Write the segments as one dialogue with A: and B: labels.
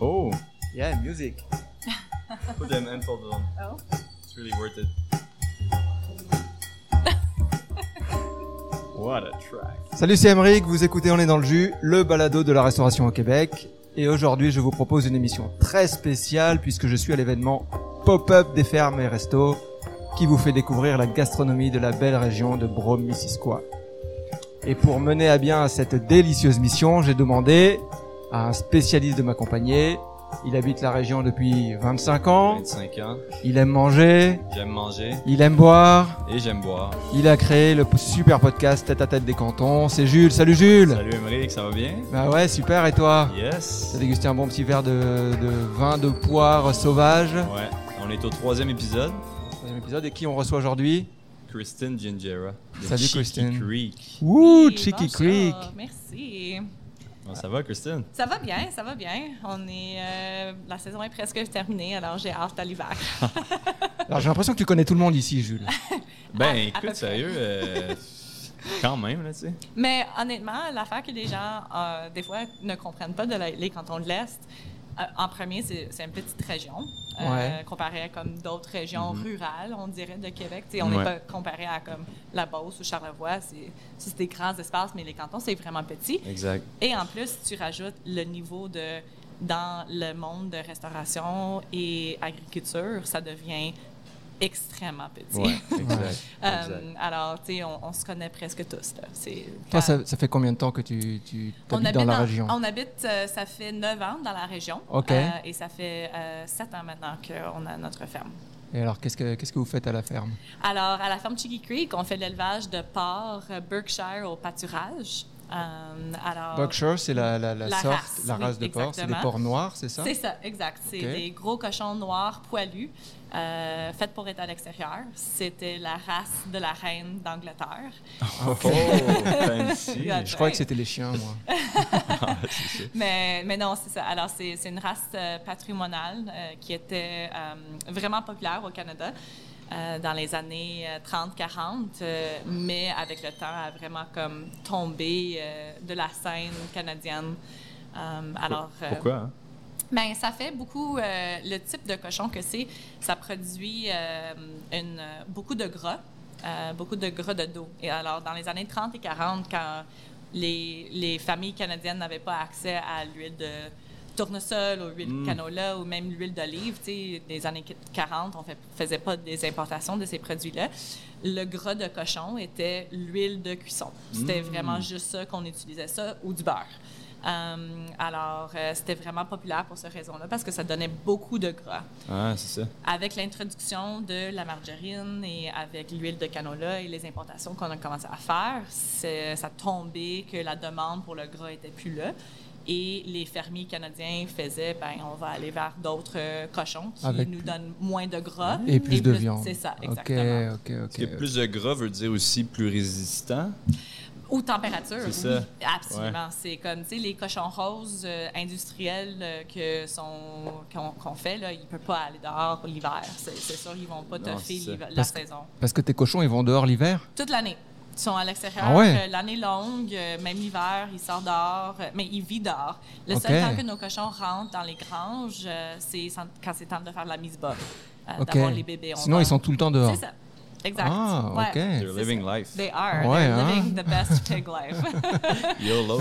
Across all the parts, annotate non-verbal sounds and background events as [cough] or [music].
A: Oh.
B: Yeah, music.
A: Put them handphones on.
C: Oh.
A: It's really worth it. [laughs] what a track.
B: Salut, c'est Emeric, vous écoutez On est dans le jus, le balado de la restauration au Québec. Et aujourd'hui, je vous propose une émission très spéciale puisque je suis à l'événement Pop-up des fermes et restos qui vous fait découvrir la gastronomie de la belle région de Brome-Missisquoi. Et pour mener à bien cette délicieuse mission, j'ai demandé à un spécialiste de m'accompagner. Il habite la région depuis 25 ans,
A: 25 ans,
B: il aime manger,
A: j'aime manger
B: il aime boire,
A: et j'aime boire.
B: il a créé le super podcast Tête à Tête des Cantons. C'est Jules, salut
A: [laughs]
B: Jules
A: Salut Emeric, ça va bien?
B: Bah ouais, super, et toi
A: Yes.
B: T'as dégusté un bon petit verre de, de vin de poire sauvage.
A: Ouais, on est au troisième épisode.
B: Troisième épisode, et qui on reçoit aujourd'hui
A: Kristen Gingera. de
B: Salut,
A: Cheeky
B: Kristen.
A: Creek.
B: Ouh,
C: Oui,
B: Cheeky
C: bonjour,
B: Creek
C: Merci.
A: Comment ça va, Kristen?
C: Ça va bien, ça va bien. On est, euh, la saison est presque terminée, alors j'ai hâte à l'hiver.
B: Alors j'ai l'impression que tu connais tout le monde ici, Jules.
A: Ben,
C: à peu
A: écoute,
C: près.
A: sérieux,
C: [laughs]
A: euh, quand même, là, tu sais.
C: Mais honnêtement, l'affaire que les gens, euh, des fois, ne comprennent pas de la- les cantons de l'Est, euh, en premier, c'est c'est une petite région. euh,
B: Ouais. Mm-hmm.
C: Comparée à comme d'autres régions
A: Mhm.
C: rurales, on dirait, de Québec. Tu sais, on n'est
A: Ouais.
C: pas comparé à comme la Beauce ou Charlevoix. C'est c'est des grands espaces, mais les cantons, c'est vraiment petit.
A: Exact.
C: Et en plus, tu rajoutes le niveau de dans le monde de restauration et agriculture, ça devient extrêmement petit. [laughs]
A: Ouais, [laughs] exact.
C: Euh,
A: exact.
C: alors, tu sais, on, on se connaît presque tous. Là. C'est-
B: Toi, ça, ça fait combien de temps que tu, tu
C: on
B: habites dans la région
C: On habite, euh, ça fait 9 ans dans la région.
B: OK.
C: Euh, et ça fait 7 ans maintenant qu'on a notre ferme.
B: Et alors, qu'est-ce que qu'est-ce que vous faites à la ferme
C: Alors, à la ferme Cheeky Creek, on fait de l'élevage de porcs euh, Berkshire au pâturage. Euh, alors,
B: Berkshire, c'est la, la, la
C: La
B: sorte,
C: race,
B: la
C: oui,
B: race de porc, c'est des
C: exactement.
B: porcs noirs, c'est ça
C: C'est ça, exact. C'est
B: Ok.
C: des gros cochons noirs poilus, euh, faits pour être à l'extérieur. C'était la race de la reine d'Angleterre. [laughs]
B: Ok.
A: Oh, fancy. Ah,
C: Gotcha.
B: Je croyais que c'était les chiens,
C: [laughs]
B: moi.
C: Mais, mais non, c'est ça. Alors, c'est c'est une race euh, patrimoniale euh, qui était euh, vraiment populaire au Canada euh, dans les années 30-40, mais avec le temps, a vraiment comme tombé euh, de la scène canadienne. Euh, alors, euh,
A: Pourquoi? hein?
C: Ben, ça fait beaucoup euh, le type de cochon que c'est. Ça produit euh, une, beaucoup de gras, euh, beaucoup de gras de dos. Et alors, dans les années 30 et 40, quand les, les familles canadiennes n'avaient pas accès à l'huile de tournesol ou l'huile de canola ou même l'huile d'olive, tu sais, des années 40, on ne faisait pas des importations de ces produits-là. Le gras de cochon était l'huile de cuisson. C'était vraiment juste ça qu'on utilisait ça ou du beurre. Euh, alors, euh, c'était vraiment populaire pour cette raison-là parce que ça donnait beaucoup de gras.
A: Ah, c'est ça.
C: Avec l'introduction de la margarine et avec l'huile de canola et les importations qu'on a commencé à faire, c'est- ça tombait que la demande pour le gras était plus là. Et les fermiers canadiens faisaient, ben, on va aller vers d'autres euh, cochons qui
B: Avec
C: nous donnent moins de gras
B: Et plus de viande.
C: C'est ça,
B: Ok,
C: exactement.
B: ok, ok.
A: Parce que plus de gras veut dire aussi plus [laughs] résistant.
C: Ou température.
A: C'est ça.
C: oui, absolument. C'est comme, tu sais, les cochons roses euh, industriels euh, que sont qu'on qu'on fait, là, ils ne peuvent pas aller dehors pour l'hiver. C'est c'est sûr, ils ne vont pas
A: Non,
C: toffer
A: c'est ça.
C: l'hiver- la
B: Parce que-
C: saison.
B: Parce que tes cochons, ils vont dehors l'hiver
C: Toute l'année. Ils sont à l'extérieur
B: Ah ouais?
C: euh, l'année longue, euh, même l'hiver, ils sortent dehors, euh, mais ils vivent dehors. Le
B: Ok.
C: seul temps que nos cochons rentrent dans les granges, euh, c'est sans- quand c'est temps de faire la mise bas, euh,
B: Ok.
C: d'avoir les bébés. On
B: Sinon,
C: va-
B: ils sont tout le temps dehors.
C: C'est ça. Exact.
B: Ah,
C: Ouais,
B: ok.
C: c'est
A: They're living
C: ça.
A: life.
C: They are.
B: Ouais,
C: They're
B: hein?
C: living the best
B: [laughs]
C: pig life.
A: [laughs] YOLO.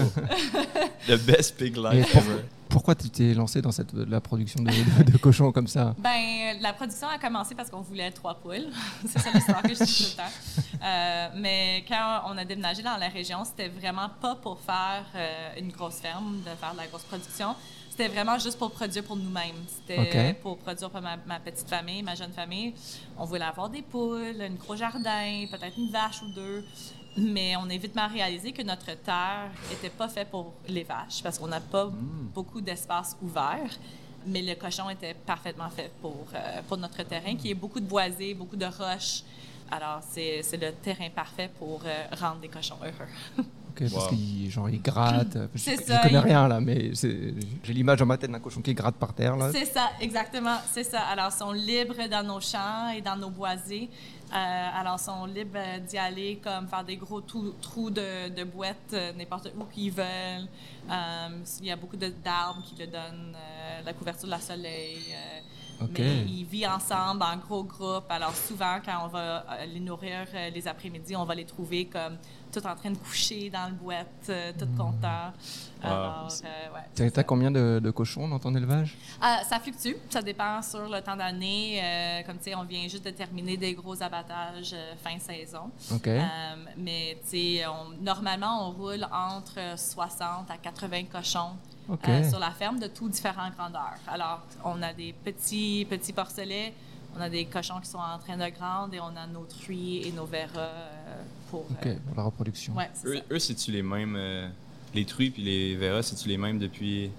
A: The best pig
B: Et
A: life
B: pour-
A: ever.
B: Pourquoi tu t'es lancé dans cette, la production de, de- de cochons comme ça
C: Ben, la production a commencé parce qu'on voulait trois poules. [laughs] C'est ça l'histoire que je dis tout le temps. Euh, mais quand on a déménagé dans la région, c'était vraiment pas pour faire euh, une grosse ferme, de faire de la grosse production. C'était vraiment juste pour produire pour nous-mêmes. C'était
B: OK.
C: pour produire pour ma, ma petite famille, ma jeune famille. On voulait avoir des poules, un gros jardin, peut-être une vache ou deux. Mais on a vitement réalisé que notre terre n'était pas faite pour les vaches parce qu'on n'a pas beaucoup d'espace ouvert. Mais le cochon était parfaitement fait pour, euh, pour notre terrain, qui est beaucoup de boisés, beaucoup de roches. Alors, c'est c'est le terrain parfait pour euh, rendre des cochons heureux. [laughs]
B: Ok, cochon qui, parce
A: Wow.
B: qu'il genre, il gratte. Je,
C: C'est
B: je
C: ça,
B: connais
C: il-
B: rien là, mais c'est- j'ai l'image en ma tête d'un cochon qui gratte par terre. Là.
C: C'est ça, exactement, c'est ça. Alors, ils sont libres dans nos champs et dans nos boisés. Euh, alors, ils sont libres euh, d'y aller, comme faire des gros trous, trous de, de boîtes euh, n'importe où qu'ils veulent. Euh, il y a beaucoup de- d'arbres qui leur donnent euh, la couverture de la soleil. euh,
B: Ok.
C: Mais ils vivent ensemble en gros groupes. Alors, souvent, quand on va euh, les nourrir euh, les après-midi, on va les trouver comme tout en train de coucher dans le boîte, euh, tout content.
A: Wow.
C: Alors, euh,
B: T'as
C: ouais, c'est ça.
B: t'as combien de, de cochons dans ton élevage
C: Ah, ça fluctue, ça dépend sur le temps d'année. Euh, comme tu sais, on vient juste de terminer des gros abattages euh, fin saison.
B: Ok.
C: Euh, mais tu sais, on- normalement, on roule entre 60 à 80 cochons
B: ok.
C: euh, sur la ferme de toutes différentes grandeurs. Alors, on a des petits, petits porcelets, on a des cochons qui sont en train de grandir et on a nos truies et nos verras euh, pour.
B: ok,
C: euh,
B: pour la reproduction.
C: ouais, c'est
A: Eux,
C: ça.
A: eux c'est-tu les mêmes. euh, les truies puis les verras, c'est-tu les mêmes depuis,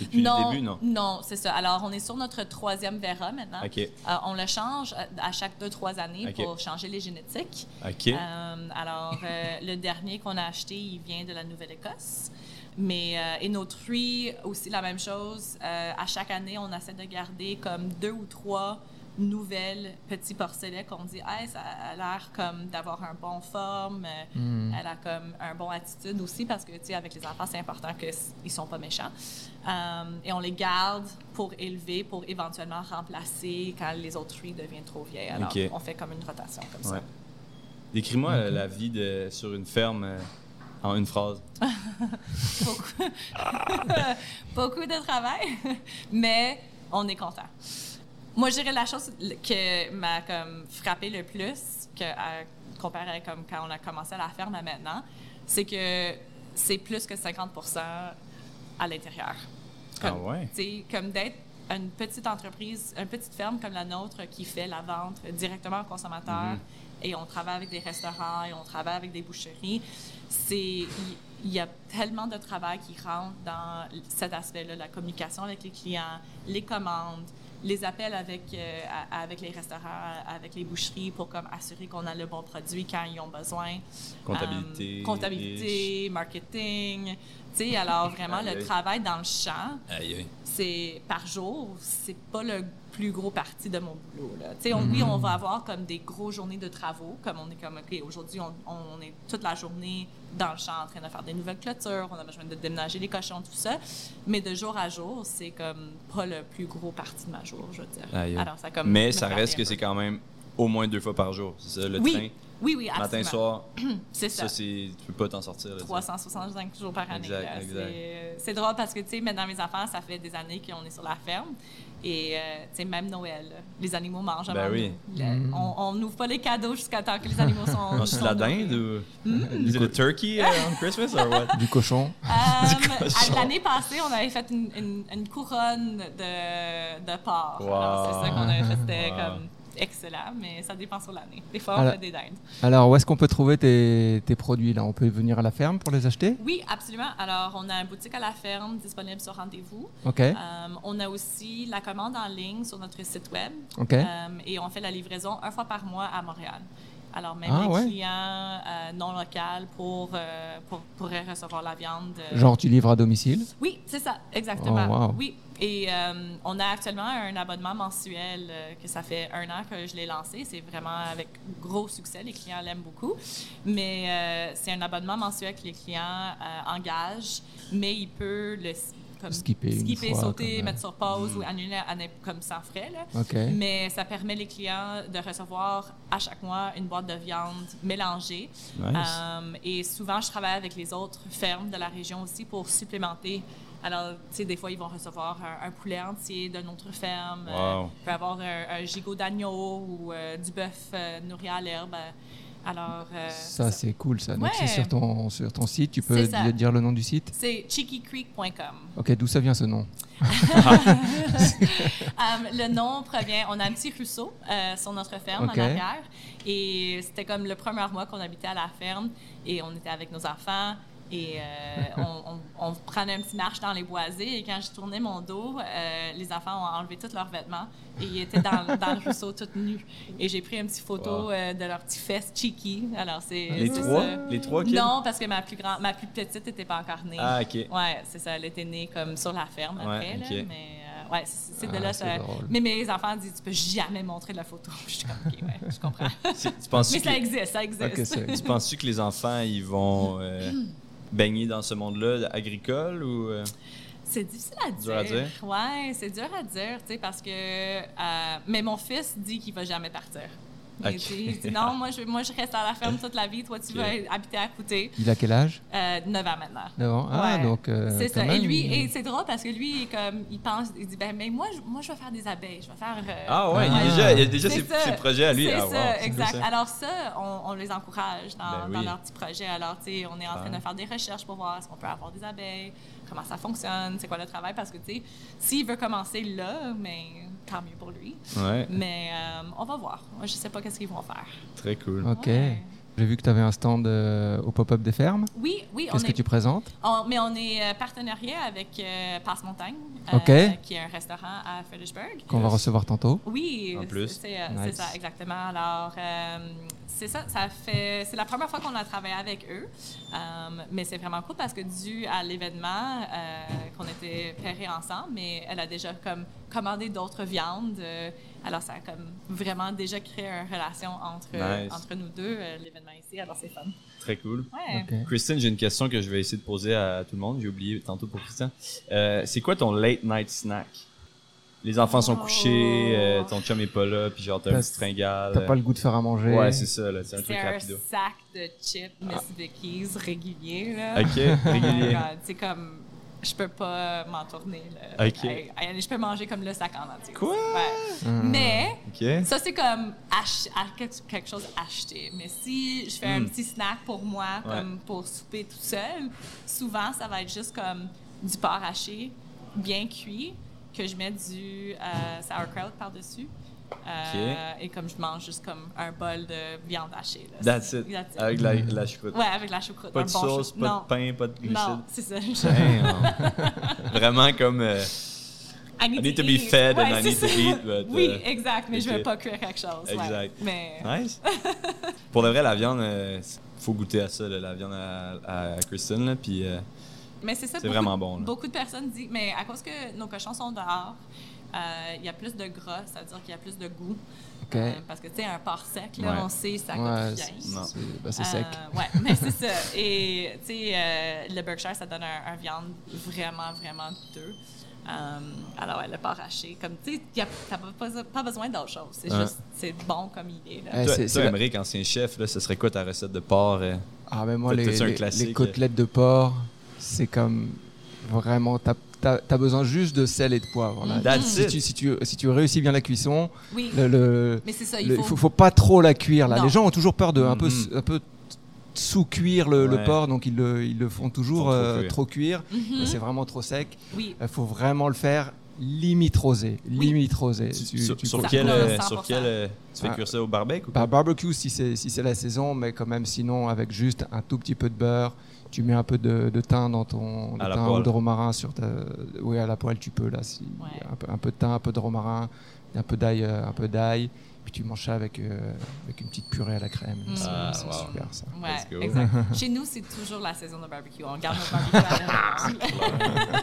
A: depuis le début, non?
C: Non, c'est ça. Alors, on est sur notre troisième verra maintenant.
A: Ok.
C: Euh, on le change à- à chaque deux, trois années
A: Ok.
C: pour changer les génétiques.
A: OK.
C: Euh, alors, euh, le dernier qu'on a acheté, il vient de la Nouvelle-Écosse. Mais, euh, et nos truies, aussi la même chose. Euh, à chaque année, on essaie de garder comme deux ou trois nouvelles petits porcelets qu'on dit, hey, ça a l'air comme d'avoir un bon forme, euh,
B: Hmm.
C: elle a comme un bon attitude aussi parce que, tu sais, avec les enfants, c'est important qu'ils sont pas méchants. Euh, et on les garde pour élever, pour éventuellement remplacer quand les autres fruits deviennent trop vieilles. Alors,
A: Ok.
C: on fait comme une rotation comme ça.
A: Ouais. Décris-moi euh, la vie de, sur une ferme euh, en une phrase.
C: beaucoup, beaucoup de travail, [laughs] mais on est content. Moi, je dirais la chose que m'a comme frappé le plus, que, à- comparé à comme quand on a commencé à la ferme à maintenant, c'est que c'est plus que 50 à l'intérieur.
A: Ah
C: Comme-
A: ouais?
C: tu sais, Comme d'être une petite entreprise, une petite ferme comme la nôtre qui fait la vente directement aux consommateurs
A: Mm-hmm.
C: et on travaille avec des restaurants et on travaille avec des boucheries. C'est il- il y, a tellement de travail qui rentre dans cet aspect-là, la communication avec les clients, les commandes, les appels avec euh, à- avec les restaurants, avec les boucheries pour comme assurer qu'on a le bon produit quand ils ont besoin.
A: Comptabilité.
C: Euh, comptabilité, marketing. Tu
A: [laughs]
C: sais, alors vraiment
A: Aïe,
C: le
A: aïe.
C: travail dans le champ,
A: Aïe, aïe.
C: c'est par jour, c'est pas le plus gros parti de mon boulot. Là. Tu sais, on-
A: Mhm.
C: Oui, on va avoir comme des grosses journées de travaux, comme on est comme, OK, aujourd'hui, on, on est toute la journée dans le champ en train de faire des nouvelles clôtures, on a besoin de déménager les cochons, tout ça. Mais de jour à jour, c'est comme pas le plus gros parti de ma jour, je veux dire.
A: Aïe, aïe.
C: Alors, ça comme
A: Mais
C: me
A: ça
C: frappait
A: reste
C: un
A: que
C: peu.
A: c'est quand même au moins deux fois par jour. C'est ça, le
C: oui,
A: train.
C: oui, oui,
A: Matin,
C: absolument.
A: soir,
C: C'est
A: ça,
C: ça.
A: c'est tu peux pas t'en sortir. là, tu sais.
C: 365 jours par année.
A: Exact,
C: là.
A: exact.
C: C'est- euh, C'est drôle parce que, tu sais, maintenant, mes enfants, ça fait des années qu'on est sur la ferme. Et, euh, tu sais, même Noël, là, les animaux mangent
A: Ben
C: avant
A: oui.
C: nous. Le-
B: Mm.
C: on- On n'ouvre pas les cadeaux jusqu'à temps que les animaux
A: [laughs]
C: sont...
A: Non, c'est de
C: sont
A: la
C: nourris.
A: dinde ou. Is it a turkey uh, on Christmas or what?
B: [laughs] Du cochon. [laughs]
C: Euh, à-
A: cochon.
C: L'année passée, on avait fait une, une- une couronne de, de porc.
A: Wow.
C: Alors, C'est ça qu'on avait fait. C'était
A: Wow.
C: comme excellent, mais ça dépend sur l'année. Des fois, on
B: Alors-
C: fait des dindes.
B: Alors, où est-ce qu'on peut trouver tes, tes produits là On peut venir à la ferme pour les acheter
C: Oui, absolument. Alors, on a une boutique à la ferme disponible sur rendez-vous.
B: Ok.
C: Euh, on a aussi la commande en ligne sur notre site web
B: Ok.
C: Euh, et on fait la livraison une fois par mois à Montréal. Alors, même
B: Ah,
C: les
B: ouais.
C: clients euh, non locaux pour, euh, pour- pourraient recevoir la viande. euh,
B: Genre, tu livres à domicile
C: Oui, c'est ça, exactement.
B: Oh, wow.
C: Oui. Et euh, on a actuellement un abonnement mensuel euh, que ça fait un an que je l'ai lancé. C'est vraiment avec gros succès. Les clients l'aiment beaucoup. Mais euh, c'est un abonnement mensuel que les clients euh, engagent, mais il peut le comme,
B: Skipper une fois,
C: sauter,
B: comme, euh,
C: mettre sur pause
A: Mm.
C: ou annuler à n'im- comme sans frais. là.
B: Ok.
C: Mais ça permet les clients de recevoir à chaque mois une boîte de viande mélangée.
A: [laughs] Nice.
C: Euh, et souvent, je travaille avec les autres fermes de la région aussi pour supplémenter. Alors, tu sais, des fois, ils vont recevoir un, un poulet entier d'une autre ferme. euh,
A: Wow.
C: il peut avoir un, un gigot d'agneau ou euh, du bœuf euh, nourri à l'herbe. Alors, euh,
B: Ça, c'est cool, ça. Donc, c'est
C: Ouais.
B: sur ton, sur ton site. Tu peux
C: C'est ça.
B: di- dire le nom du site
C: c'est cheekycreek.com.
B: Ok, d'où ça vient ce nom
C: Um, le nom provient, on a un petit ruisseau euh, sur notre ferme
B: Ok.
C: en arrière. Et c'était comme le premier mois qu'on habitait à la ferme et on était avec nos enfants. Et
A: [laughs]
C: euh, on, on- on prenait une petite marche dans les boisés. Et quand je tournais mon dos, euh, les enfants ont enlevé tous leurs vêtements et ils étaient dans, dans le ruisseau toutes nus. Et j'ai pris une petite photo
A: Wow.
C: euh, de leurs petites fesses cheeky. Alors, c'est.
A: Les
C: Euh, c'est
A: trois?
C: ça.
A: Les trois, Kim?
C: Non, parce que ma plus, grande, ma plus petite n'était pas encore née.
A: Ah, OK.
C: Ouais, c'est ça. Elle était née comme sur la ferme
A: Ouais,
C: après. là,
A: ok.
C: mais euh, ouais, c'est c'est de
B: Ah,
C: là.
B: c'est
C: ça-
B: drôle.
C: Mais mes enfants disent, tu peux jamais montrer de la photo. [laughs] Je suis comme, ok, ouais, je comprends.
A: C'est- Tu penses
C: mais ça
A: que,
C: existe, ça existe.
B: Ok, c'est-
A: tu penses-tu que les enfants, ils vont euh,
C: Hmm.
A: baigner dans ce monde-là agricole ou... euh,
C: C'est difficile à dire.
A: Dur à dire.
C: Ouais, c'est dur à dire, tu sais, parce que. euh, mais mon fils dit qu'il va jamais partir. Il,
A: Ok.
C: dit, il dit, non, moi je, moi je reste à la ferme toute la vie, toi tu
A: Ok.
C: vas habiter à côté.
B: Il a quel âge
C: Euh, 9 ans maintenant.
B: 9 ans. Ah,
C: Ouais.
B: donc. euh,
C: c'est
B: quand
C: ça. Et
B: même,
C: lui,
B: il-
C: et c'est drôle parce que lui, il est comme, il pense, il dit, ben, mais moi, je, moi, je vais faire des abeilles, je vais faire. euh,
A: Ah ouais,
B: Ah.
A: Il, y a déjà, il y a déjà
C: C'est
A: ses,
C: ça.
A: ses projets à lui.
C: C'est
A: Ah,
C: ça,
A: wow, c'est cool,
C: exact.
A: ça.
C: Alors ça, on, on les encourage dans,
A: Ben
C: dans
A: oui.
C: leurs petits projets. Alors, tu sais, on est en train
A: Super.
C: de faire des recherches pour voir est-ce qu'on peut avoir des abeilles, comment ça fonctionne, c'est quoi le travail, parce que, tu sais, s'il veut commencer là, mais tant mieux pour lui.
A: Ouais,
C: Mais euh, on va voir. Moi, Je sais pas qu'est-ce qu'ils vont faire.
A: très cool.
B: Ok.
C: Ouais.
B: J'ai vu que tu avais un stand euh, au pop-up des fermes.
C: Oui, oui, on
B: Qu'est-ce
C: est-
B: que tu présentes
C: on- mais on est euh, partenariat avec euh, Passe Montagne,
B: Ok.
C: qui est un restaurant à Fredericksburg.
B: Qu'on va recevoir tantôt.
C: Oui,
A: En
C: c'est-
A: plus.
C: c'est euh,
B: Nice.
C: c'est ça, exactement. Alors, euh, c'est ça, ça fait, c'est la première fois qu'on a travaillé avec eux, Euh, mais c'est vraiment cool parce que dû à l'événement euh, qu'on était pairés ensemble, mais elle a déjà comme commandé d'autres viandes, euh, alors ça a comme vraiment déjà créé une relation entre,
A: Nice.
C: entre nous deux, euh, l'événement ici, alors c'est fun.
A: Très cool.
C: Ouais.
B: Ok.
A: Christine, j'ai une question que je vais essayer de poser à tout le monde. J'ai oublié tantôt pour Christian. Euh, c'est quoi ton late night snack? Les enfants sont
C: Oh.
A: couchés, euh, ton chum est pas là, puis genre t'as un
B: T'as-
A: petit tringal.
B: T'as pas le goût de faire à manger.
A: Ouais, c'est ça, là, c'est un
C: C'est
A: truc
C: un
A: rapido.
C: sac de chips Miss Vicky's régulier, là.
A: Ah. Ok, [laughs]
C: Oh my
A: régulier.
C: God, C'est comme, je peux pas m'en tourner. Là.
A: Ok.
C: Hey, hey, je peux manger comme le sac en entier.
A: Quoi?
C: Ouais.
B: Ah.
C: Mais
A: Ok.
C: ça, c'est comme ach- à- quelque quelque chose acheté. Mais si je fais un
A: Mm.
C: petit snack pour moi,
A: Ouais.
C: comme pour souper tout seul, souvent, ça va être juste comme du porc haché, bien cuit, que je mets du euh, sauerkraut par-dessus. Euh, Et comme je mange juste comme un bol de viande hachée. là.
A: That's it.
C: That's it.
A: Avec la, la choucroute.
C: Ouais, avec la choucroute.
A: Pas
C: un
A: de
C: bon
A: sauce,
C: chou-
A: pas
C: non.
A: de pain, pas de
C: Non,
A: glucides.
C: c'est ça.
A: Damn. Vraiment comme. euh,
C: [laughs] I need,
A: I need to be fed and I
C: c'est
A: need to
C: ça.
A: eat, but,
C: oui,
A: euh,
C: exact, mais je
A: ok.
C: veux pas cuire quelque chose. ouais.
A: Exact.
C: Mais [laughs]
A: Nice. Pour le vrai, la viande, euh, faut goûter à ça, là, la viande à, à Kristen. Là, puis, euh,
C: mais c'est ça.
A: C'est
C: beaucoup-
A: vraiment bon, là.
C: Beaucoup de personnes disent, mais à cause que nos cochons sont dehors, euh, il y a plus de gras, c'est-à-dire qu'il y a plus de goût.
B: Ok.
C: Euh, parce que tu sais, un porc sec, là,
A: Ouais.
C: on sait ça coûte
B: Ouais,
C: rien.
B: c'est
A: Non.
B: c'est- bah, c'est sec.
C: Euh, ouais, [laughs]
B: [laughs]
C: mais c'est ça. Et tu sais, euh, le Berkshire, ça donne un, un viande vraiment, vraiment goûteux. Euh, alors, ouais, le porc haché, comme tu sais, y a- t'as pas, pas- pas besoin d'autre chose. C'est
A: Ouais.
C: juste, c'est bon comme idée. Là.
B: Eh,
A: toi,
B: c'est-
A: toi
B: c'est la-
A: Aymeric, ancien chef, là, ce serait quoi ta recette de porc euh?
B: Ah, mais moi,
A: Peut-être
B: les,
A: c'est un
B: les-
A: classique.
B: les côtelettes de porc, c'est comme vraiment. T'as as, besoin juste de sel et de poivre. là.
C: Mhm.
A: Mm. That's
B: Si,
A: it.
B: tu, si, tu, si tu réussis bien la cuisson,
C: Oui,
B: le- le,
C: mais c'est ça, Ah, il
B: Il
C: faut.
B: faut, faut pas trop la cuire. Là.
C: Non.
B: Les gens ont toujours peur de un peu,
A: Mhm.
B: un peu sous-cuire le, le
A: Ouais.
B: porc, donc ils le, ils le font
A: Ils
B: toujours
A: font trop
B: euh,
A: cuire.
B: trop cuire.
C: Mhm.
B: C'est vraiment trop sec.
C: Oui,
B: Il faut vraiment le faire limite rosé. Limite rosé.
A: Tu-
B: Tu-
A: sur,
B: tu
A: sur
B: coupes-
A: quel,
C: Non,
A: euh,
C: 100%.
A: sur quel, euh, tu fais
B: Ah.
A: cuire ça au barbecue ou quoi?
B: Bah, barbecue si c'est si c'est la saison, mais quand même sinon avec juste un tout petit peu de beurre, tu mets un peu de, de thym dans ton de
A: À la
B: thym ou
A: poêle.
B: de romarin sur ta oui à la poêle tu peux là si
C: Ouais.
B: un, peu, un peu de thym, un peu de romarin, un peu d'ail, euh, un peu d'ail, puis tu manges ça avec euh, avec une petite purée à la crème.
C: Mm.
B: C'est
A: Ah,
B: c'est
A: wow.
B: super ça.
A: Let's go.
C: ouais, exact.
A: [laughs]
C: Chez nous, c'est toujours la saison de barbecue. On garde notre barbecue. à
A: [laughs]
C: la-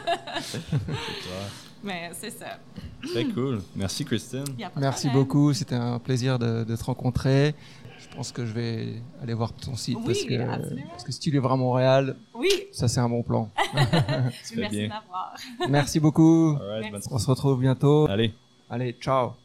A: Ouais.
C: mais c'est ça.
A: Très cool. Merci, Christine.
C: Il y a pas de
B: Merci
C: problème.
B: beaucoup, c'était un plaisir de, de te rencontrer. Je pense que je vais aller voir ton site
C: Oui,
B: parce, que,
C: absolument.
B: parce que si tu livres à Montréal,
C: Oui,
B: ça c'est un bon plan.
A: Tu fais
C: merci
A: bien.
C: de m'avoir.
B: Merci beaucoup.
A: All right,
C: [laughs] Merci.
B: On se retrouve bientôt.
A: bonne- Allez.
B: Allez, ciao.